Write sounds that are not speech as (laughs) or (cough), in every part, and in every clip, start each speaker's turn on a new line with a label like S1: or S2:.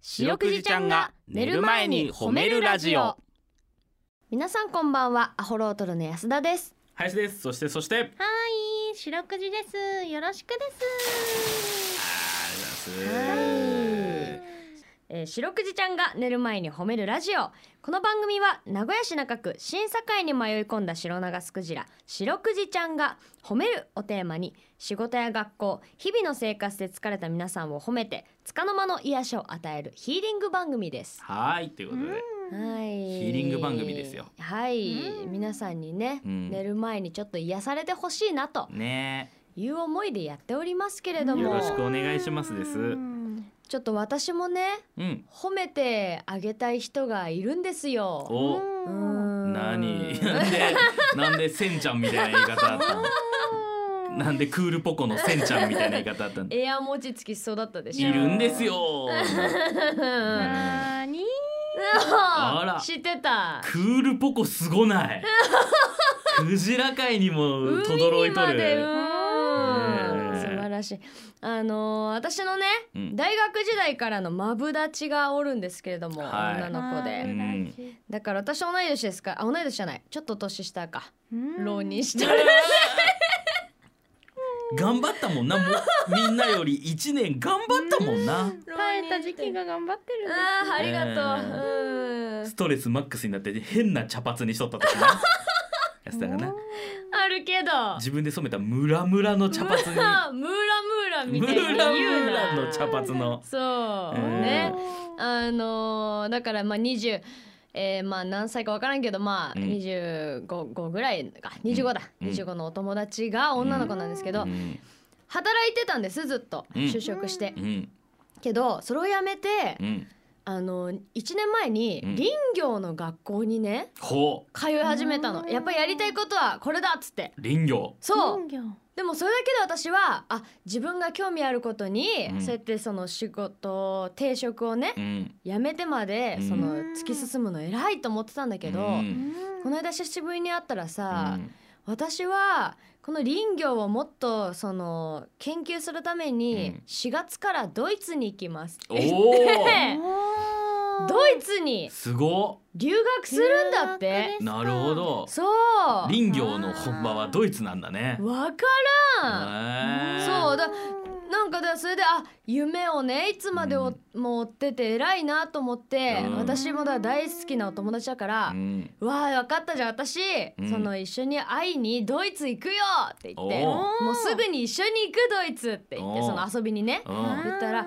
S1: 白くじちゃんが寝る前に褒めるラジオ
S2: 皆さんこんばんはアホロートルの安田です
S1: 林ですそしてそしてありがと
S3: はい、白くじです。よろしくです。
S1: うございます
S2: えー、白くじちゃんが寝る前に褒めるラジオこの番組は名古屋市中区審査会に迷い込んだ白長スクジラ白くじちゃんが褒めるをテーマに仕事や学校日々の生活で疲れた皆さんを褒めて束の間の癒しを与えるヒーリング番組です
S1: はいということで
S2: はいヒ
S1: ーリング番組ですよ
S2: はい、
S3: うん
S2: 皆さんにね、
S1: うん
S2: 寝る前にちょっと癒されてほしいなと
S1: ね
S2: いう思いでやっておりますけれど
S1: えよ
S2: も
S1: ろしくお願いしますです
S2: ちょっと私もね
S1: うん
S2: 褒めてあげたい人がいるんですよ。
S1: お
S2: うーん
S1: 何なんでなんでせんちゃんみたいな言い方だったのなんでクールポコのせんちゃんみたいな言い方だった
S2: (laughs)
S1: の
S2: エア餅つきしそうだったでし
S1: い
S2: ょ。 (laughs)
S1: るんですよ
S3: なに。
S1: あら
S2: 知ってた。
S1: クールポコすごないクジラ界にもとどろ
S2: 海
S1: い
S2: に
S1: と
S2: までう
S1: る
S2: ーん
S1: ねえ
S2: 素晴らしい。あのー私のね、
S1: うん
S2: 大学時代からのマブダチがおるんですけれども、
S1: はい
S2: 女の子
S1: う
S2: で。
S1: ん
S2: だから私同い年ですから、あ同い年じゃない。ちょっと年下か。
S3: うん
S2: 浪人してる。
S1: 頑張ったもんなもうみんなより一年頑張ったもんな
S3: 耐えた時期が頑張ってるんですね。
S2: (laughs) あーありがとう。
S1: ね
S2: うーん
S1: ストレスマックスになって変な茶髪にしとった時
S2: (laughs)
S1: なやつだがな
S2: あるけど。
S1: 自分で染めたムラムラの
S2: (laughs)
S1: 茶髪
S2: ムーラムーラ
S1: に
S2: み
S1: ム
S2: たいに言うな
S1: ラムラの茶髪の
S2: そう、
S1: うん
S2: ねあのーだからまあ20えー、まあ何歳か分からんけどまあ
S1: うん
S2: 25五ぐらいか25だ、
S1: うん
S2: 25のお友達が女の子なんですけど、
S1: うん
S2: 働いてたんですずっと
S1: うん
S2: 就職して、
S1: うん
S2: けどそれをやめて、
S1: うん
S2: あのー1年前に
S1: うん
S2: 林業の学校にね
S1: ほ
S2: 通い始めたの、
S3: うん
S2: やっぱりやりたいことはこれだっつって
S1: う林業
S2: そう、
S3: 人形
S2: でもそれだけで私はあ自分が興味あることに、
S1: うん
S2: そうやってその仕事定職をね
S1: うん
S2: 辞めてまで、
S1: うん
S2: その突き進むの偉いと思ってたんだけど、
S1: うん
S2: この間久しぶりに会ったらさ、
S1: うん
S2: 私はこの林業をもっとその研究するため
S1: う
S2: に
S1: ん
S2: 4月からドイツに行きますって
S1: お
S2: 言っ
S1: お
S2: (laughs) て、
S3: おー
S2: ドイツに
S1: すご
S2: 留学するんだっ
S3: 留学で
S2: て
S3: す
S1: っなるほど
S2: そう
S1: 林業の本場はドイツなんだね
S2: わからん
S1: へー
S2: そうだなんかだそれであ夢をねいつまでを、もう追ってて偉いなと思って、
S1: うん
S2: 私もだ大好きなお友達だから
S1: う、ん
S2: わあ分かったじゃん私、
S1: うん
S2: その一緒に会いにドイツ行くよって言って
S1: お
S2: もうすぐに一緒に行くドイツって言って
S1: お
S2: その遊びにね
S1: う
S3: あー
S1: ん
S2: 言ったら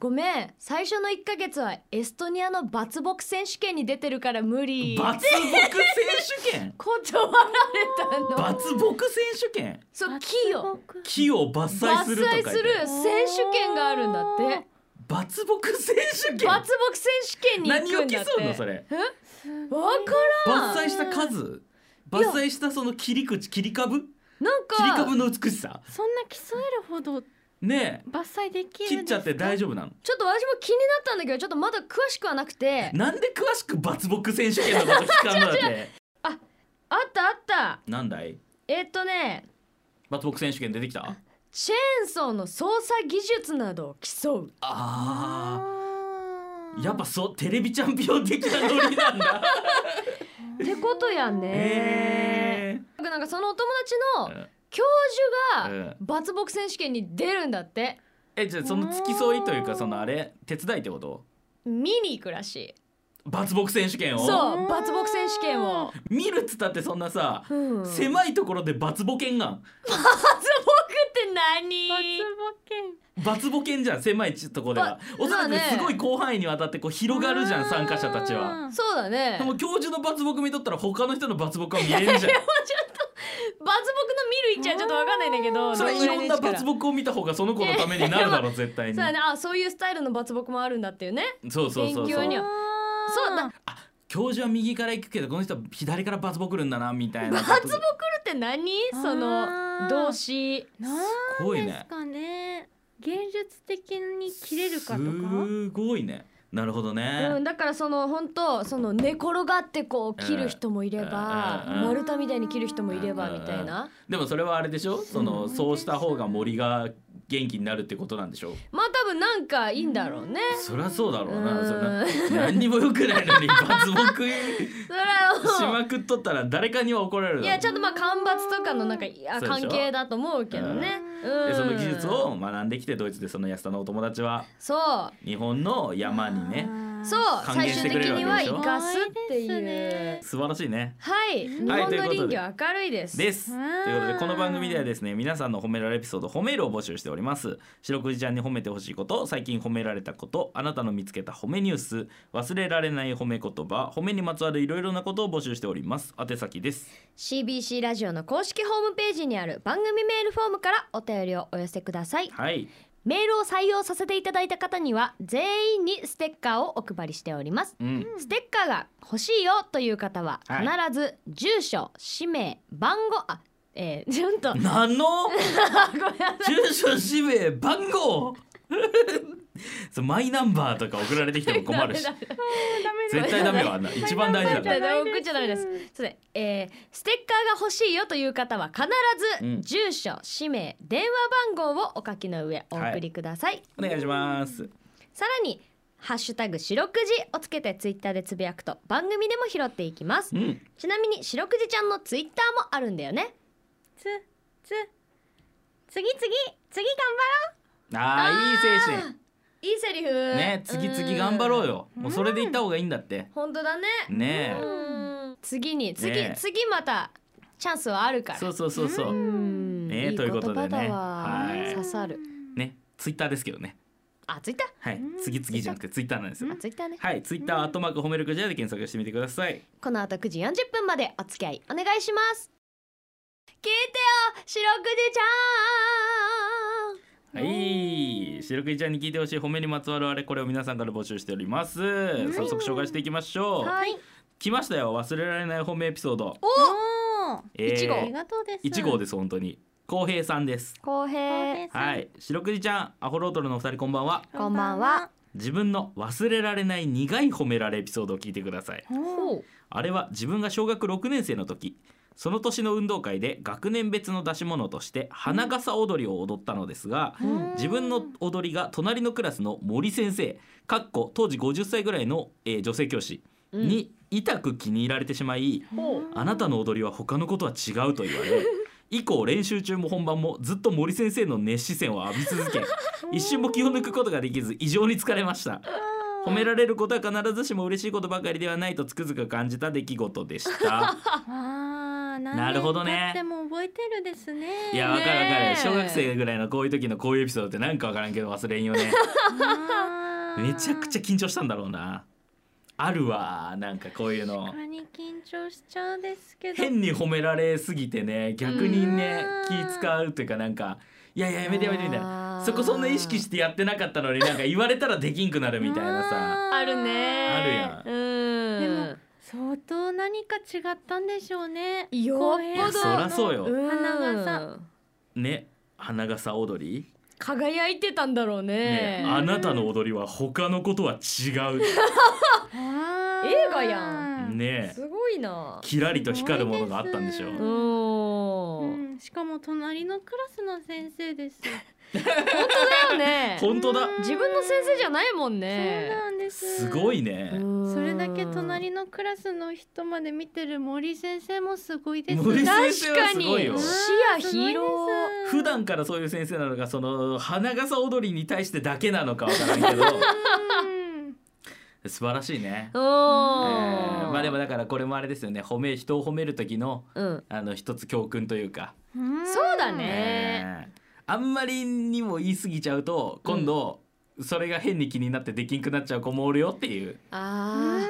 S2: ごめん最初の1ヶ月はエストニアのバツボク選手権に出てるから無理
S1: バツボク選手
S2: (laughs)
S1: 権
S2: 断られた
S1: バ
S2: の
S1: ツボク選手権
S2: そう木
S3: すご
S2: を
S3: く
S1: 木を伐
S2: 伐
S1: 採するとか言
S2: 採
S1: って
S2: する選手権があるんだって。
S1: バツボク選手権
S2: バツボク選手権に行
S1: 何
S2: く
S1: を
S2: んだ
S1: 競
S2: って
S1: うのそれ
S3: す
S2: わ
S3: ごい
S2: からん
S1: 伐採した数伐採したその切り口切り株
S2: なん
S1: 切り株
S2: か
S1: の美しさ
S3: そんな競えるほど
S1: ねえ
S3: 伐採できる
S1: 切っちゃって大
S3: 丈
S1: 丈夫なの
S2: ちょっと私も気になったんだけどちょっとまだ詳しくはなくて
S1: なんで詳しくバツボク選手権のこと聞かんのだって
S2: あったあった
S1: なんだい
S2: えっとね
S1: バツボク選手権出てきた
S2: チェーンソーの操作技術などを競う
S1: あーやっぱそうテレビチャンピオン的なノリなんだ
S2: (laughs) ってことやね、
S1: え
S2: なんかそのお友達の
S1: ー
S2: 教
S1: う
S2: 授
S1: ん
S2: がバツボク選手権に出るんだって
S1: えじゃあその付き添いというかそのあれ手伝いってこと
S2: 見に行くらしい
S1: バツボク選手権を
S2: そうバツボク選手権を、
S1: 見るっつったってそんなさ、
S2: (laughs) うん、バツボク
S1: 狭いところでバツボケンが
S2: って何
S3: バツボケン
S1: バツボケンじゃん狭いとこでは
S2: ば
S1: おそら
S2: (laughs) まあ
S1: く
S2: ね
S1: すごい広範囲にわたってこう広がるじゃん、参加者たちは。
S2: そうだね
S1: でも教授のバツボク見とったら他の人のバツボクは見れ
S2: (laughs)
S1: るじゃ
S2: バ
S1: ん
S2: ツ僕の見る位置はちょっとわかんないんだけど
S1: それいろんなバツボクを見た方がその子のためになるだろう絶対
S2: (laughs)
S1: に
S2: そうだねあそういうスタイルのバツ僕もあるんだっていうね
S1: そうそうそ
S2: 勉
S1: うそ
S2: 強
S1: う
S2: にはそうだ
S1: 教授は右から行くけどこの人は左からバツボクるんだなみたいな
S2: バ
S1: こと
S2: ツボクルって何そ
S3: あ
S2: の
S3: ー
S2: 動詞
S3: な
S1: すごい
S3: んです
S1: ね
S3: かね芸術的に切れるかとか
S1: すごいねなるほどね、
S2: うん、だからその本当その寝転がってこう切る人もいれば、
S1: うんうん
S2: 丸太みたいに切る人もいれば
S1: うん
S2: みたいな、
S1: でもそれはあれでしょそのそうした方が森が元気になるってことなんでしょ
S2: まあ多分なんかいいんだろうね
S1: そりゃそうだろうな
S2: うん
S1: そんな何にもよくないのに罰も食いし
S2: それはも
S1: まくっとったら誰かには怒られる
S2: うい
S1: だろ
S2: や
S1: う
S2: ちゃんとまあ干ばつとかのなんかいや
S1: そうでしょ
S2: 関係だと思うけどね、うん、
S1: でその技術を学んできてドイツでその安田のお友達は
S2: そう
S1: 日本の山にね
S2: そう
S1: 還
S2: 最
S1: 元し
S2: 終
S1: て
S2: 的
S1: くれるわ
S2: には
S1: けでしょ
S2: 生かすってい
S3: すご
S2: う
S3: いですね
S1: 素晴らしいね
S2: はい日
S1: はい
S2: 本
S1: という
S2: の
S1: ことで
S2: 林業明るいです
S1: です。と
S3: うん
S1: いうことでこの番組ではですね皆さんの褒められエピソード褒めるを募集しております。白くじちゃんに褒めてほしいこと最近褒められたことあなたの見つけた褒めニュース忘れられない褒め言葉褒めにまつわるいろいろなことを募集しております。宛先です。
S2: CBC ラジオの公式ホームページにある番組メールフォームからお便りをお寄せください
S1: はい
S2: メールを採用させていただいた方には全員にステッカーをお配りしております
S1: うん
S2: (laughs) ステッカーが欲しいよという方は
S1: は
S2: 必
S1: い
S2: ず住所、氏名、番号あ、えー、ちょっ
S1: (laughs)
S2: とごめん
S1: なの
S2: なさい
S1: 住所氏名番号 (laughs) そうマイナンバーとか送られてきても困るし
S2: ダメダメ
S1: 絶対ダメよあんな一番大事だ
S2: 絶
S1: から
S2: 対ダメ送っちゃダメです。それ、えー、ステッカーが欲しいよという方は必
S1: うん
S2: ず住所、氏名、電話番号をお書きの上お送りください。
S1: お願いします。
S2: さらにハッシュタグ白くじをつけてツイッターでつぶやくと番組でも拾っていきます。
S1: うん
S2: ちなみに白くじちゃんのツイッターもあるんだよね。
S3: つつ次次次頑
S1: あーいい精神
S2: いいセリフ。
S1: ね次々頑張ろうよもうそれでいった方がいいんだって
S2: 本当だね。
S1: ねえ
S2: 次に次、
S1: ねえ
S2: 次またチャンスはあるから。
S1: そうそうそうそううんねえということでね
S2: 言葉だわ
S1: はい
S2: 刺さる。
S1: ねツイッターですけどね
S2: あツイッター。
S1: はい次々じゃなくてツイッターなんですよ
S2: あツイッターね。
S1: はいツイッターアットマーク褒めるくじらで検索してみてください
S2: この後9時40分までお付き合いお願いします。聞いてよ白くじちゃ
S1: はい白くじちゃんに聞いてほしい褒めにまつわるあれこれを皆さんから募集しております早速紹介していきましょ
S2: ん。
S1: う
S2: い。
S1: 来ましたよ忘れられない褒めエピソード
S3: 張ろうおー
S1: えー
S2: 一
S3: あり
S2: 号
S3: がとうです
S1: 1号です本当に浩平さんです
S2: 公平
S3: 浩平さん
S1: はい白くじちゃんアホロートルのお二人こんばんは
S2: こんばんは
S1: 自分の忘れられない苦い褒められエピソードを聞いてください
S3: おー
S2: う
S1: あれは自分が小学6年生の時その年の運動会で学年別の出し物として花笠踊りを踊ったのですが、
S2: うん
S1: 自分の踊りが隣のクラスの森先生かっこ当時50歳ぐらいの、えー女性教師に痛く気に入られてしまい、
S2: ほう
S1: あなたの踊りは他のことは違うと言われ以降練習中も本番もずっと森先生の熱視線を浴び続け一瞬も気を抜くことができず異常に疲れました褒められることは必ずしも嬉しいことばかりではないとつくづく感じた出来事でした
S3: あー
S1: なるほどね
S3: 何年経っても覚えてるですね
S1: いやわかるわか
S2: ねえ
S1: る小学生ぐらいのこういう時のこういうエピソードってなんかわからんけど忘れんよね
S3: (laughs)
S1: めちゃくちゃ
S3: ゃ
S1: 緊張したんだろうなあるわなんかこういうの
S3: 確かに緊張しちゃうですけど
S1: 変に褒められすぎてね逆にね
S3: う
S1: 気
S3: ん
S1: 使うというかなんかいやいややめてやめてみたい
S2: あ
S1: な
S2: ー
S1: そこそんな意識してやってなかったのになんか言われたらできんくなるみたいなさ (laughs)
S3: あー
S2: あるね。
S1: ある
S2: る
S3: で
S2: うん。
S3: も相当何か違ったんでしょうね
S2: よっぽど
S3: 公園
S2: いや
S1: そらそうよ
S2: うん
S3: 花笠
S1: ね花笠踊り、
S2: 輝いてたんだろうね
S1: ね、あなたの踊りは他のことは違
S3: あー
S2: 映画や
S1: うね
S2: すごいな。
S1: キラリと光るものがあったんでしょ
S3: す
S1: う
S3: ごいで
S2: う。
S3: すうんん、しかも隣のクラスの先生です
S2: だよね。
S1: 本当だ
S3: うん
S2: 自分の先生じゃないもん
S3: そう
S2: ね。
S3: なんです
S1: すご
S3: い
S1: いね
S2: そ
S3: それだけ隣のクラスの人まで見てる森先生もすごいです
S1: 森先
S2: 確か
S1: すごい
S2: に
S1: よ
S2: 視野広
S1: 普段からそういう先生なのかその花笠踊りに対してだけなのかわからんけど (laughs) 素晴らしいね、
S2: お
S1: え
S2: ー
S1: ーまあでもだからこれもあれですよね褒め人を褒める時の
S2: うん
S1: あの一つ教訓というか、
S2: そうだね
S1: えーあんまりにも言い過ぎちゃうと今度それが変に気になってできんくなっちゃう子もおるよっていう
S2: あ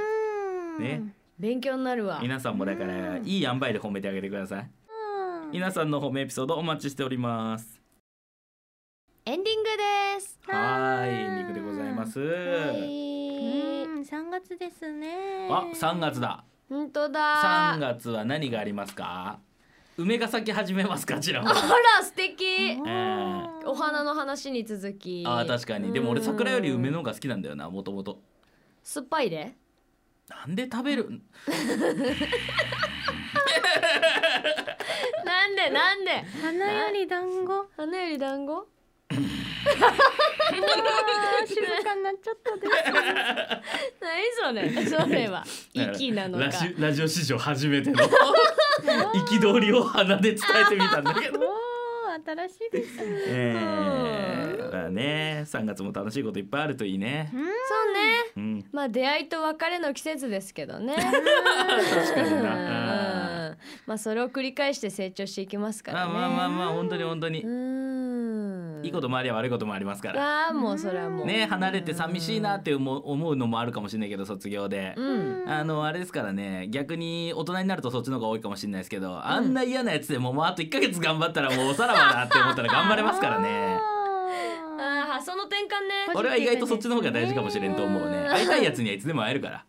S2: ー
S1: ね
S2: 勉強になるわ
S1: 皆さんもだから
S3: うん
S1: いい塩梅で褒めてあげてください皆さんの褒めエピソードお待ちしております
S2: エンディングです
S1: はーい肉でございます
S2: はい
S3: 三月ですね
S1: あ3月だ
S2: 本当だ
S1: 3月は何がありますか梅が咲き始めますかちらほ
S2: あ
S1: ら
S2: ら素敵お花の話に続き
S1: あー確かにでも俺桜より梅
S2: うん
S1: の方が好きなんだよなもともと
S2: 酸っぱいで
S1: なんで食べる
S2: なんでなんで
S3: 花より団子
S2: 花より団子
S3: 静かになっちゃったで
S1: (laughs)
S2: 何それそれは息なのか
S1: ラジラジオ史上初めての (laughs) 憤りを鼻で伝えてみたんだ
S2: (laughs)
S1: け
S3: す。
S1: ど、
S3: おー新しいです。
S1: えーまあね3月も楽しいこといっぱいあるといいね、
S2: そうね
S1: うん、
S2: まあ出会いと別れの季節ですけどね
S1: (laughs) 確かに
S2: うん
S1: なうん
S2: まあそれを繰り返して成長していきますから
S1: まあ
S2: ね
S1: まあまあまあ本当に本当に
S2: うん
S1: いいこともありゃ悪いこともありますから
S2: あーもうそれはもう
S1: ね離れて寂しいなって思う思うのもあるかもしれないけど卒業で
S2: う。ん
S1: あのあれですからね逆に大人になるとそっちの方が多いかもしれないですけどあんな嫌なやつでももうあと1ヶ月頑張ったらもうおさらばだって思ったら頑張れますからね
S2: あーその転換ね
S1: 俺は意外とそっちの方が大事かもしれんと思うね会いたいやつにはいつでも会えるから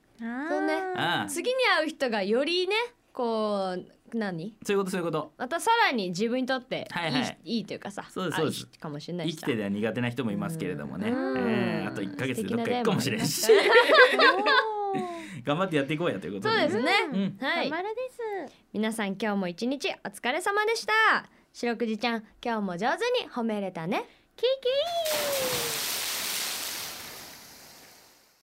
S2: そうね
S1: ああ
S2: 次に会う人がよりねこう何
S1: そういうことそういうこと
S2: またさらに自分にとっていい,、
S1: はいはい
S2: いいというかさ
S1: そうですそうです
S2: あいいかもしれない
S1: 生
S2: し
S1: き
S2: さ
S1: てでは苦手な人もいますけれどもね、え
S2: うん
S1: ーあと1ヶ月でどっか行くかもしれんし頑張ってやっていこうやということ
S2: そう
S1: で (laughs)
S2: ですね、
S1: うん
S2: はい
S3: まるです。
S2: 皆さん今日も一日お疲れ様でした白くじちゃん今日も上手に褒めれたね
S3: キキー。